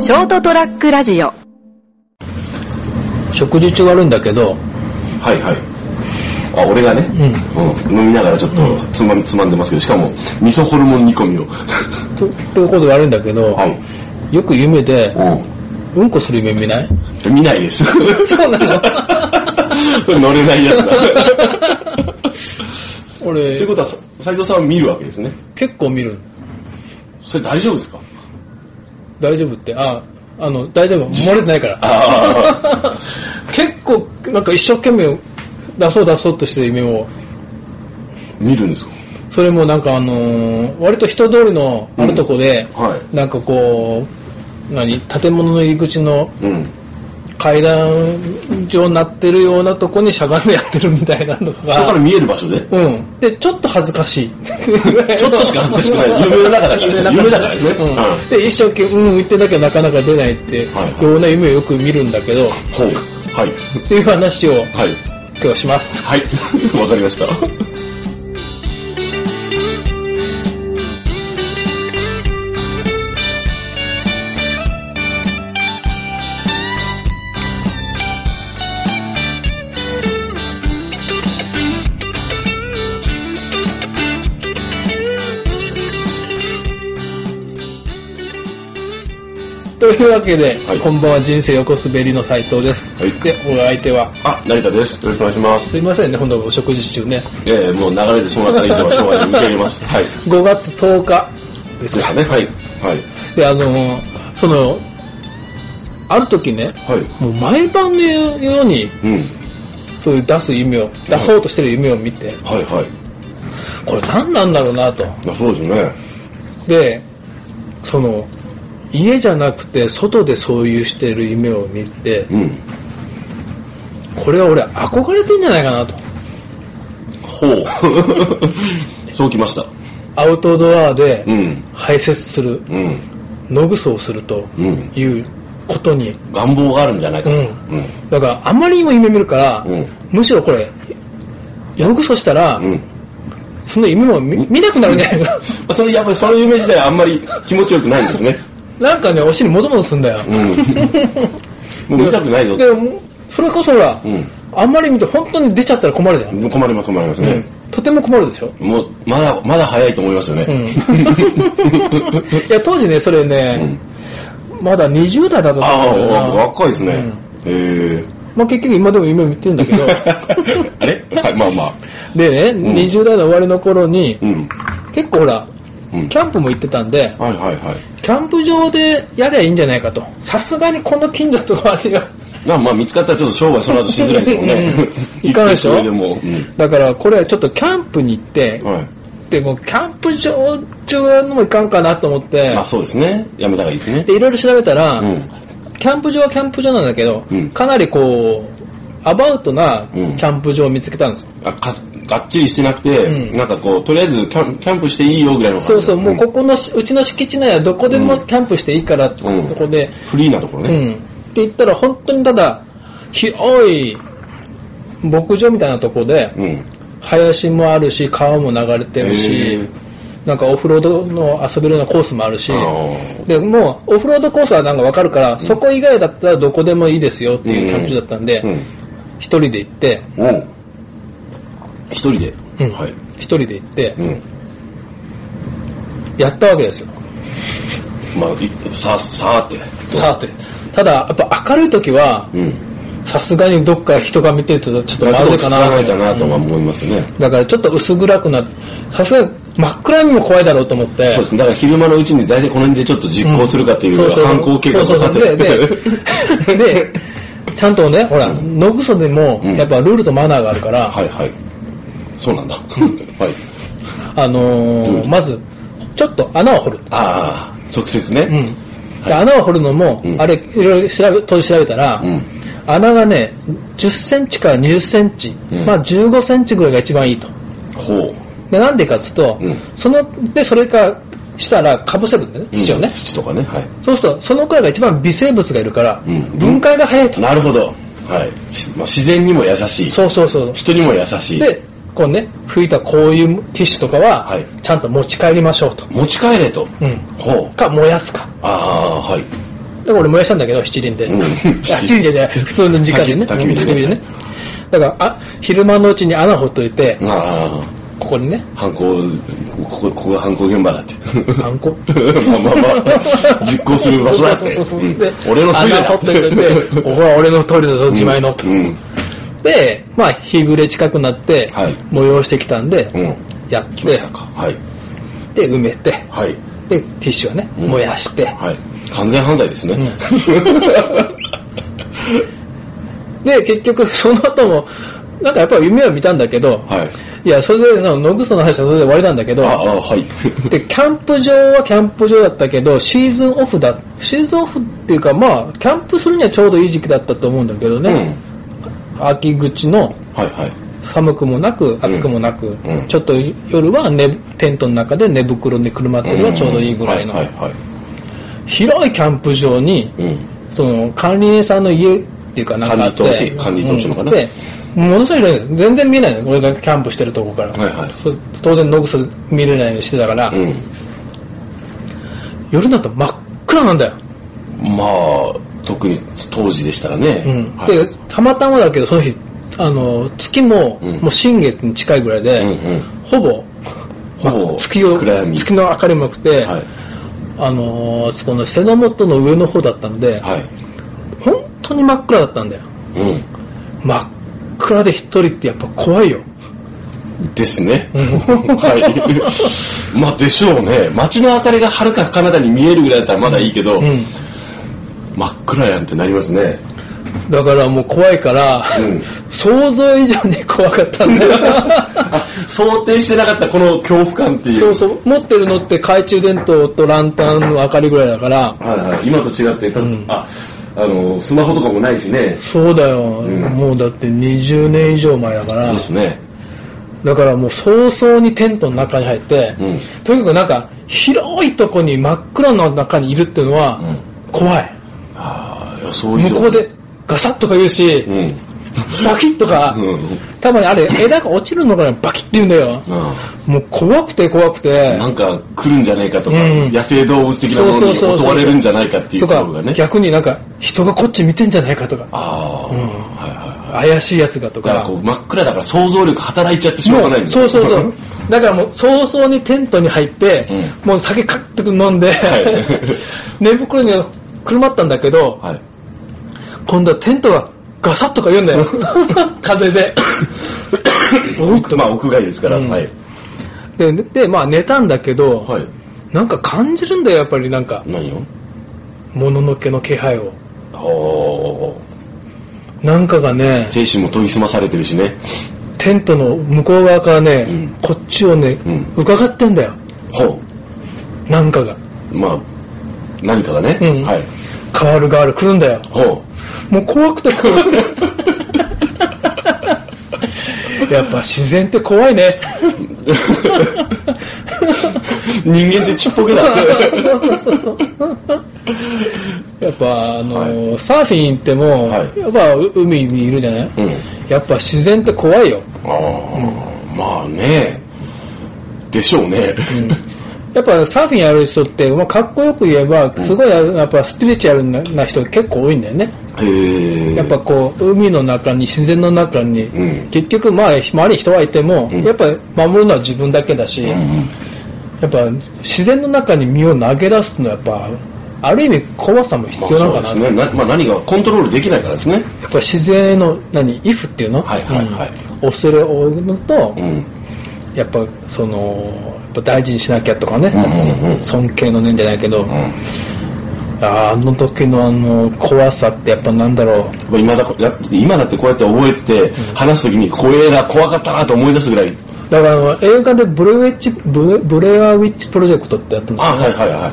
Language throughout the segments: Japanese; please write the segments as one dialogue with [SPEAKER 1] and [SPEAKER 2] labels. [SPEAKER 1] ショートトラックラジオ
[SPEAKER 2] 食事中悪いんだけど
[SPEAKER 3] はいはいあ俺がね、うん飲みながらちょっとつまみつまんでますけどしかも味噌ホルモン煮込 みを
[SPEAKER 2] とということで悪いんだけど、
[SPEAKER 3] はい
[SPEAKER 2] よく夢で
[SPEAKER 3] う
[SPEAKER 2] うんこする夢見ない
[SPEAKER 3] ん見ないです
[SPEAKER 2] そうなの
[SPEAKER 3] それ乗れないやつ だ
[SPEAKER 2] 俺
[SPEAKER 3] ということは斎藤さんは見るわけですね
[SPEAKER 2] 結構見る
[SPEAKER 3] それ大丈夫ですか
[SPEAKER 2] 大丈夫ってああの大丈夫漏れてないから
[SPEAKER 3] ああ
[SPEAKER 2] 結構なんか一生懸命出そう出そうとしてる夢を
[SPEAKER 3] 見るんですか
[SPEAKER 2] それもなんかあのー割と人通りのあるとこで、
[SPEAKER 3] うんはい
[SPEAKER 2] なんかこう何建物の入り口の
[SPEAKER 3] うん
[SPEAKER 2] 階段状になってるようなとこにしゃがんでやってるみたいなのが
[SPEAKER 3] そこから見える場所で
[SPEAKER 2] うん、でちょっと恥ずかしい
[SPEAKER 3] ちょっとしか恥ずかしくない夢の中だからね夢だからですね
[SPEAKER 2] うん
[SPEAKER 3] うん
[SPEAKER 2] で一生懸命、うん、言ってなきゃなかなか出ないってよ
[SPEAKER 3] はいはいう
[SPEAKER 2] な夢をよく見るんだけど
[SPEAKER 3] ほうはい
[SPEAKER 2] っていう話を
[SPEAKER 3] はい
[SPEAKER 2] 今日します
[SPEAKER 3] はい わかりました
[SPEAKER 2] というわけで、
[SPEAKER 3] はい
[SPEAKER 2] こんばんは人生横滑りの斉藤です、
[SPEAKER 3] はい
[SPEAKER 2] でお相手は
[SPEAKER 3] あ成田ですよろしくお願いします
[SPEAKER 2] すいませんね本当お食事中ね
[SPEAKER 3] えー、もう流れでそうなったらいつも昭和に受け入れますはいで
[SPEAKER 2] 5月10日です
[SPEAKER 3] す
[SPEAKER 2] か
[SPEAKER 3] かねはいはい
[SPEAKER 2] であのーそのある時ね
[SPEAKER 3] はい
[SPEAKER 2] もう毎晩のように
[SPEAKER 3] うん
[SPEAKER 2] そういう出す夢を出そうとしてる夢を見て、
[SPEAKER 3] はいはい
[SPEAKER 2] これ何なんだろうなと
[SPEAKER 3] まあ、そうですね。
[SPEAKER 2] でその家じゃなくて外でそういうしてる夢を見て
[SPEAKER 3] うん。
[SPEAKER 2] これは俺憧れてんじゃないかなと
[SPEAKER 3] ほう。そうきました。
[SPEAKER 2] アウトドアで
[SPEAKER 3] うん。
[SPEAKER 2] 排泄する
[SPEAKER 3] うん。
[SPEAKER 2] 野ぐそをすると
[SPEAKER 3] うん
[SPEAKER 2] いうことに、
[SPEAKER 3] 願望があるんじゃないかな。
[SPEAKER 2] う
[SPEAKER 3] うんん。
[SPEAKER 2] だからあまりにも夢見るから、
[SPEAKER 3] うん
[SPEAKER 2] むしろこれ野ぐそしたら、
[SPEAKER 3] うん。
[SPEAKER 2] その夢も見見なくなるんじゃないか
[SPEAKER 3] それやっぱりその夢自体あんまり気持ちよくないんですね。
[SPEAKER 2] な なんかねお尻もぞもぞすんだよ、
[SPEAKER 3] もう見たくないぞ。
[SPEAKER 2] でもそれこそほら、
[SPEAKER 3] うん
[SPEAKER 2] あんまり見て本当に出ちゃったら困るじゃん、
[SPEAKER 3] 困ります困ります
[SPEAKER 2] うん
[SPEAKER 3] ね。
[SPEAKER 2] とても困るでしょ
[SPEAKER 3] もう、まだ、まだ早いと思いますよね。
[SPEAKER 2] いや当時ねそれね、まだ20代だったと
[SPEAKER 3] ああ、
[SPEAKER 2] 思うんだ
[SPEAKER 3] わ
[SPEAKER 2] よな、
[SPEAKER 3] 若いですね。え
[SPEAKER 2] まあ、結局今でも夢見てるんだけど
[SPEAKER 3] ー。あれはい、まあまあ。
[SPEAKER 2] でね、20代の終わりの頃に、
[SPEAKER 3] うん。
[SPEAKER 2] 結構ほら
[SPEAKER 3] うん
[SPEAKER 2] キャンプも行ってたんで、
[SPEAKER 3] はいはいは。
[SPEAKER 2] キャンプ場でやりゃいいんじゃないかとさすがにこの近所とかにはい
[SPEAKER 3] なまあ見つかったらちょっと商売その後しづらいですもんね。
[SPEAKER 2] うんいかがでしょう
[SPEAKER 3] 一匹それでもう、うん。
[SPEAKER 2] だからこれはちょっとキャンプに行って、
[SPEAKER 3] はい。
[SPEAKER 2] でもうキャンプ場中のもいかんかなと思って、
[SPEAKER 3] まあそうですね。やめた方がいいですね。
[SPEAKER 2] でいろいろ調べたら、
[SPEAKER 3] ん
[SPEAKER 2] キャンプ場はキャンプ場なんだけど、
[SPEAKER 3] うん
[SPEAKER 2] かなりこうアバウトなキ
[SPEAKER 3] うん
[SPEAKER 2] ャンプ場を見つけたんです、
[SPEAKER 3] あかがっちりしてなくて、なんかこうとりあえずキャンキャンプしていいよぐらいの感じ
[SPEAKER 2] そうそうもうここのしうちの敷地内はどこでもキャンプしていいからっていうとこで、
[SPEAKER 3] フリーなとこ
[SPEAKER 2] う
[SPEAKER 3] ろ
[SPEAKER 2] ん
[SPEAKER 3] ね、
[SPEAKER 2] って言ったら本当にただ広い牧場みたいなとこで、
[SPEAKER 3] うん
[SPEAKER 2] 林もあるし川も流れてる
[SPEAKER 3] へ
[SPEAKER 2] し
[SPEAKER 3] ー
[SPEAKER 2] なんかオフロードの遊べるようなコースもあるし
[SPEAKER 3] あー
[SPEAKER 2] でもうオフロードコースはなんか分かるから、そこ以外だったらどこでもいいですよっていうキャンプ場だったんで
[SPEAKER 3] うん
[SPEAKER 2] 一、人で行って
[SPEAKER 3] うん一人で、
[SPEAKER 2] うん
[SPEAKER 3] はい、
[SPEAKER 2] 一人で行って、
[SPEAKER 3] うん、
[SPEAKER 2] やったわけですよ
[SPEAKER 3] まあいさあさあって
[SPEAKER 2] さあてただやっぱ明るい時は
[SPEAKER 3] うん
[SPEAKER 2] さすがにどっか人が見てるとちょっと
[SPEAKER 3] まあ
[SPEAKER 2] ま
[SPEAKER 3] ちょ
[SPEAKER 2] ず
[SPEAKER 3] っと
[SPEAKER 2] いか
[SPEAKER 3] つか
[SPEAKER 2] な
[SPEAKER 3] ないかなとは思いますね、
[SPEAKER 2] だからちょっと薄暗くなってさすがに真っ暗闇も怖いだろうと思って
[SPEAKER 3] そうですねだから昼間のうちに大体この辺でちょっと実行するかっていう犯行計画を
[SPEAKER 2] そうそう
[SPEAKER 3] 立
[SPEAKER 2] そう
[SPEAKER 3] てて、
[SPEAKER 2] でででちゃんとねほら野ぐそでも
[SPEAKER 3] ん
[SPEAKER 2] やっぱルールとマナーがあるから、
[SPEAKER 3] はいはいそうなんだ、はい
[SPEAKER 2] あのーまずちょっと穴を掘る、
[SPEAKER 3] ああ直接ね、
[SPEAKER 2] で穴を掘るのも、
[SPEAKER 3] ん
[SPEAKER 2] あれいろいろ調べ当時調べたら、
[SPEAKER 3] ん
[SPEAKER 2] 穴がね1 0ンチから2 0ンチ、
[SPEAKER 3] うん
[SPEAKER 2] まあ1 5ンチぐらいが一番いいと
[SPEAKER 3] ほ
[SPEAKER 2] でなんでかっつうと、
[SPEAKER 3] うん
[SPEAKER 2] そのでそれかしたらかぶせるんだよね
[SPEAKER 3] う
[SPEAKER 2] 土をね、
[SPEAKER 3] うん土とかねはい
[SPEAKER 2] そうするとそのくらいが一番微生物がいるから、
[SPEAKER 3] うん
[SPEAKER 2] 分解が早いと、
[SPEAKER 3] なるほど。はい。しまあ、自然にも優しい。
[SPEAKER 2] そうそうそう
[SPEAKER 3] 人にも優しい。
[SPEAKER 2] でこうね拭いたこういうティッシュとかは
[SPEAKER 3] はい
[SPEAKER 2] ちゃんと持ち帰りましょうと、
[SPEAKER 3] 持ち帰れと。
[SPEAKER 2] うん
[SPEAKER 3] ほう。
[SPEAKER 2] か燃やすか
[SPEAKER 3] ああ、はい。
[SPEAKER 2] だから俺燃やしたんだけど七輪で、
[SPEAKER 3] うん
[SPEAKER 2] 七輪じゃ ない普通の直火でね
[SPEAKER 3] 焚き火焚き火でね
[SPEAKER 2] うんだからあ昼間のうちに穴掘っといて
[SPEAKER 3] ああ
[SPEAKER 2] ここにね
[SPEAKER 3] 犯行ここここが犯行現場だって
[SPEAKER 2] あん こ
[SPEAKER 3] まあまあまあ実行する場所だっ
[SPEAKER 2] そうそうそうそう
[SPEAKER 3] てうん俺のトイ
[SPEAKER 2] 穴
[SPEAKER 3] レだ
[SPEAKER 2] 掘っといてここは俺のトイレだぞ自前のと、
[SPEAKER 3] うん
[SPEAKER 2] でまあ日暮れ近くなって、
[SPEAKER 3] はい
[SPEAKER 2] 催してきたんで、
[SPEAKER 3] うん
[SPEAKER 2] やっ
[SPEAKER 3] 来ま
[SPEAKER 2] て
[SPEAKER 3] したかはい
[SPEAKER 2] で埋めて
[SPEAKER 3] はい
[SPEAKER 2] でティッシュはね、
[SPEAKER 3] ん
[SPEAKER 2] 燃やして、
[SPEAKER 3] はい完全犯罪ですね、
[SPEAKER 2] で結局その後もなんかやっぱり夢を見たんだけど、
[SPEAKER 3] はい
[SPEAKER 2] いやそれでそのノグソの話はそれで終わりなんだけど
[SPEAKER 3] ああはい
[SPEAKER 2] でキャンプ場はキャンプ場だったけどシーズンオフだシーズンオフっていうかまあキャンプするにはちょうどいい時期だったと思うんだけどね、秋口の
[SPEAKER 3] は いはい
[SPEAKER 2] 寒くもなく暑くもなく、
[SPEAKER 3] うん
[SPEAKER 2] ちょっと夜は、ね、テントの中で寝袋にくるまってればちょうどいいぐらいの、
[SPEAKER 3] はいはいは
[SPEAKER 2] 広いキャンプ場に、
[SPEAKER 3] いうん
[SPEAKER 2] その管理人さんの家っていうかなんかあって
[SPEAKER 3] 管理棟管理棟っていうのかな
[SPEAKER 2] うんでものすごい広いの全然見えないの俺がキャンプしてるとこから、
[SPEAKER 3] はいはい
[SPEAKER 2] そう当然ノグソ見れないようにしてたから、
[SPEAKER 3] うん
[SPEAKER 2] 夜なんか真っ暗なんだよ、
[SPEAKER 3] まあ特に当時でしたらね、
[SPEAKER 2] うん
[SPEAKER 3] はい、
[SPEAKER 2] でたまたまだけどその日あの月も、
[SPEAKER 3] ん
[SPEAKER 2] もう新月に近いぐらいで、
[SPEAKER 3] うんうん
[SPEAKER 2] ほぼ
[SPEAKER 3] ほぼ
[SPEAKER 2] 月を
[SPEAKER 3] 暗闇
[SPEAKER 2] 月の明かりもなくて、
[SPEAKER 3] はい
[SPEAKER 2] あのーそこの瀬の本の上の方だったんで、
[SPEAKER 3] はい
[SPEAKER 2] 本当に真っ暗だったんだよ
[SPEAKER 3] う
[SPEAKER 2] 真っ暗で一人ってやっぱ怖いよ
[SPEAKER 3] んです ねはいまあでしょうね街の明かりがはるか彼方に見えるぐらいだったらまだいいけど、
[SPEAKER 2] ん
[SPEAKER 3] 真っ暗やんってなりますね
[SPEAKER 2] だからもう怖いから、
[SPEAKER 3] ん
[SPEAKER 2] 想像以上に怖かったんだ よ
[SPEAKER 3] あ想定してなかったこの恐怖感っていう
[SPEAKER 2] そうそう持ってるのって懐中電灯とランタンの明かりぐらいだから
[SPEAKER 3] はいはい、今と違ってた、ああのスマホとかもないしね
[SPEAKER 2] そうだよ、もうだって20年以上前だから
[SPEAKER 3] ですね
[SPEAKER 2] だからもう早々にテントの中に入って、
[SPEAKER 3] うん
[SPEAKER 2] とにかくなんか広いとこに真っ暗の中にいるっていうのは怖い、
[SPEAKER 3] あいやそういう
[SPEAKER 2] 向こうでガサッとか言うし、
[SPEAKER 3] うん
[SPEAKER 2] バキッとか、
[SPEAKER 3] うん
[SPEAKER 2] たまにあ れ枝が落ちるのからバキッて言うんだよ、
[SPEAKER 3] う
[SPEAKER 2] もう怖くて怖くて
[SPEAKER 3] なんか来るんじゃないかとか、野生動物的なも
[SPEAKER 2] そ
[SPEAKER 3] の
[SPEAKER 2] う
[SPEAKER 3] に
[SPEAKER 2] そうそう
[SPEAKER 3] 襲
[SPEAKER 2] そう
[SPEAKER 3] われるんじゃないかっていう
[SPEAKER 2] と
[SPEAKER 3] とこ
[SPEAKER 2] か
[SPEAKER 3] ろがね
[SPEAKER 2] 逆になんか人がこっち見てんじゃないかとか
[SPEAKER 3] ああ、はいはいはい
[SPEAKER 2] 怪しいやつがと
[SPEAKER 3] だから
[SPEAKER 2] か
[SPEAKER 3] こう真っ暗だから想像力働いちゃってしょう
[SPEAKER 2] も
[SPEAKER 3] がないん
[SPEAKER 2] う
[SPEAKER 3] だ
[SPEAKER 2] そうそう そうだからもう早々にテントに入って、もう酒カッと飲んで、
[SPEAKER 3] い
[SPEAKER 2] 寝袋にくるまったんだけど、
[SPEAKER 3] はい
[SPEAKER 2] 今度はテントがガサッとか言うんだ よ風でボーッと
[SPEAKER 3] まあ屋外ですから、はい
[SPEAKER 2] ででまあ寝たんだけど、
[SPEAKER 3] はい
[SPEAKER 2] なんか感じるんだよやっぱりなんか
[SPEAKER 3] 何を
[SPEAKER 2] もののけの気配を
[SPEAKER 3] おー
[SPEAKER 2] なんかがね
[SPEAKER 3] 精神も研ぎ澄まされてるしね
[SPEAKER 2] テントの向こう側からね、
[SPEAKER 3] ん
[SPEAKER 2] こっちをね、
[SPEAKER 3] ん
[SPEAKER 2] 伺ってんだよ
[SPEAKER 3] ほ
[SPEAKER 2] なんかが
[SPEAKER 3] うまあ何かがね、
[SPEAKER 2] うん
[SPEAKER 3] はい
[SPEAKER 2] 変わる変わる来るんだよ
[SPEAKER 3] ほ
[SPEAKER 2] もう怖くて怖く てやっぱ自然って怖いね
[SPEAKER 3] う人間ってちっぽけだ
[SPEAKER 2] そうそうそうそうやっぱあのーサーフィン行っても、
[SPEAKER 3] はい
[SPEAKER 2] やっぱう海にいるじゃない、
[SPEAKER 3] うん
[SPEAKER 2] やっぱ自然って怖いよ
[SPEAKER 3] ああまあねでしょうね、
[SPEAKER 2] やっぱサーフィンやる人って、まあ、かっこよく言えばすごいやっぱスピリチュアルなな人結構多いんだよね、
[SPEAKER 3] へえ
[SPEAKER 2] やっぱこう海の中に自然の中に、
[SPEAKER 3] うん
[SPEAKER 2] 結局まあ周りに人はいても、やっぱ守るのは自分だけだし、やっぱ自然の中に身を投げ出すのはやっぱある意味怖さも
[SPEAKER 3] まあ
[SPEAKER 2] 必要なのか
[SPEAKER 3] そう
[SPEAKER 2] な
[SPEAKER 3] で、すねなまあ何がコントロールできないからですね
[SPEAKER 2] やっぱ自然への何イフっていうの、
[SPEAKER 3] はいはいはい
[SPEAKER 2] うん恐れを負うのと、
[SPEAKER 3] うん
[SPEAKER 2] やっぱそのやっぱ大事にしなきゃとかね、
[SPEAKER 3] うんうんうん
[SPEAKER 2] 尊敬の念じゃないけど、あーあの時のあの怖さってやっぱなんだろう
[SPEAKER 3] 今だこやっ今だってこうやって覚えてて、話す時に怖えな怖かったなと思い出すぐらい
[SPEAKER 2] だからあの映画でブレアウィッチブレブレアウィッチプロジェクトってやってます
[SPEAKER 3] あはいはいは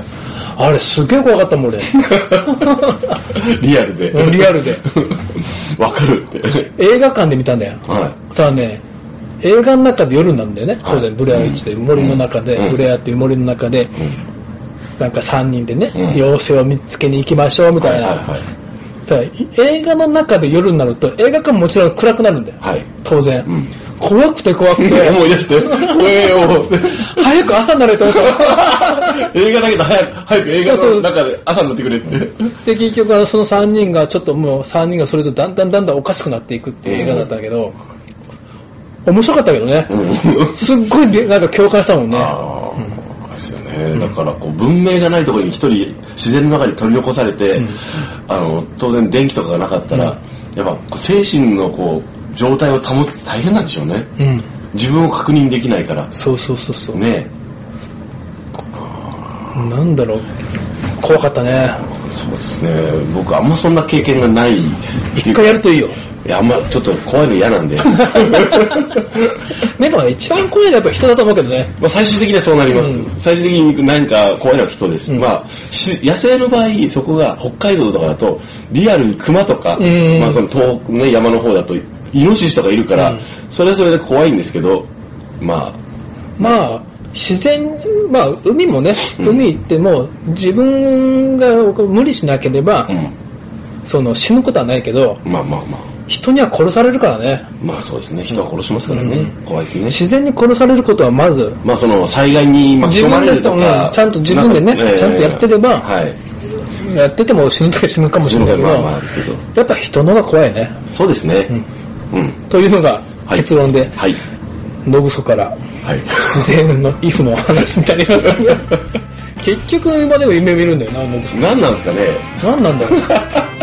[SPEAKER 2] あれすげえ怖かったもん 俺
[SPEAKER 3] いリアルで
[SPEAKER 2] リアルで
[SPEAKER 3] わかるって
[SPEAKER 2] 映画館で見たんだよ
[SPEAKER 3] は
[SPEAKER 2] ただね映画の中で夜なんだよね当然ブレアウィッチで森の中で、
[SPEAKER 3] うん
[SPEAKER 2] ブレアっていう森の中で、なんか3人でね、
[SPEAKER 3] うん
[SPEAKER 2] 妖精を見つけに行きましょうみ
[SPEAKER 3] いは
[SPEAKER 2] た
[SPEAKER 3] い
[SPEAKER 2] いな、
[SPEAKER 3] はい
[SPEAKER 2] ただ映画の中で夜になると映画館ももちろん暗くなるんだよ、
[SPEAKER 3] はい
[SPEAKER 2] 当然、
[SPEAKER 3] ん
[SPEAKER 2] 怖くて怖くて
[SPEAKER 3] はい思い出して怖えよ
[SPEAKER 2] 早く朝になれと思った
[SPEAKER 3] 映画だけど早く、早く映画の中で朝になってくれって。
[SPEAKER 2] で結局あのその3人がちょっともう3人がそれぞれだんだんだんだんおかしくなっていくっていう映画だったけど、面白かったけどね、すっごいでなんか共感したもんね
[SPEAKER 3] ああ、ですよね。だから、こう、文明がないところに一人、自然の中に取り残されて、あの、当然電気とかがなかったら、やっぱこう、精神のこう、状態を保って大変なんでしょうね。
[SPEAKER 2] うん
[SPEAKER 3] 自分を確認できないから。
[SPEAKER 2] そうそうそうそう、
[SPEAKER 3] ね
[SPEAKER 2] なんだろう怖かったね
[SPEAKER 3] そうですね。僕、あんまそんな経験がないってい
[SPEAKER 2] 一
[SPEAKER 3] うか
[SPEAKER 2] 回やるといいよ
[SPEAKER 3] いや、あんまちょっと怖いの嫌な んで。
[SPEAKER 2] メロが一番怖いのはやっぱ人だと思うけどね
[SPEAKER 3] まあ、最終的にはそうなります、最終的に何か怖いのは人です、まあ、し野生の場合そこが北海道とかだとリアルに熊とか、
[SPEAKER 2] ん
[SPEAKER 3] まあ、その東北ね、山の方だとイノシシとかいるから、それはそれで怖いんですけどまあ
[SPEAKER 2] まあ自然まあ海もね海行っても自分が無理しなければ、その死ぬことはないけど
[SPEAKER 3] まあまあまあ
[SPEAKER 2] 人には殺されるからね
[SPEAKER 3] まあそうですね人は殺しますからね、怖いですね
[SPEAKER 2] 自然に殺されることはまず
[SPEAKER 3] まあその災害に巻き込まれる
[SPEAKER 2] 自
[SPEAKER 3] と
[SPEAKER 2] 分で
[SPEAKER 3] か
[SPEAKER 2] うんちゃんと自分でね
[SPEAKER 3] なか
[SPEAKER 2] ちゃんとやってれば
[SPEAKER 3] はい
[SPEAKER 2] やってても死ぬ時は死ぬかもしれないけど、
[SPEAKER 3] 死ぬかもまあまあですけど
[SPEAKER 2] やっぱ人の方が怖いね
[SPEAKER 3] そうですねうん、
[SPEAKER 2] というのが
[SPEAKER 3] はい
[SPEAKER 2] 結論で、
[SPEAKER 3] はい
[SPEAKER 2] 野ぐそから
[SPEAKER 3] はい
[SPEAKER 2] 自然のイフのお話になりました 結局今でも夢見るんだよな野ぐそ
[SPEAKER 3] 何なんですかね
[SPEAKER 2] 何なんだ ろう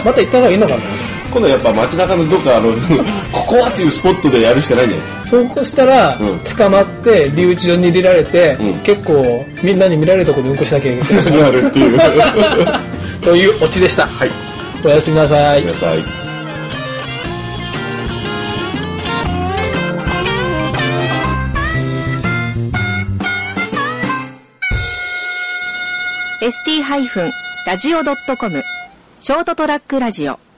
[SPEAKER 2] また行った方がいいのかな
[SPEAKER 3] 今度やっぱ街中のどっかあの ここはっていうスポットでやるしかないじゃないですか
[SPEAKER 2] そうしたら、
[SPEAKER 3] うん
[SPEAKER 2] 捕まって留置所に入れられて、
[SPEAKER 3] うん
[SPEAKER 2] 結構みんなに見られるところでうんこしなきゃいけ ない
[SPEAKER 3] なるっていう
[SPEAKER 2] というオチでした、
[SPEAKER 3] はい
[SPEAKER 2] おやすみなさい
[SPEAKER 3] ください
[SPEAKER 1] ー ST-radio.com ショートトラックラジオ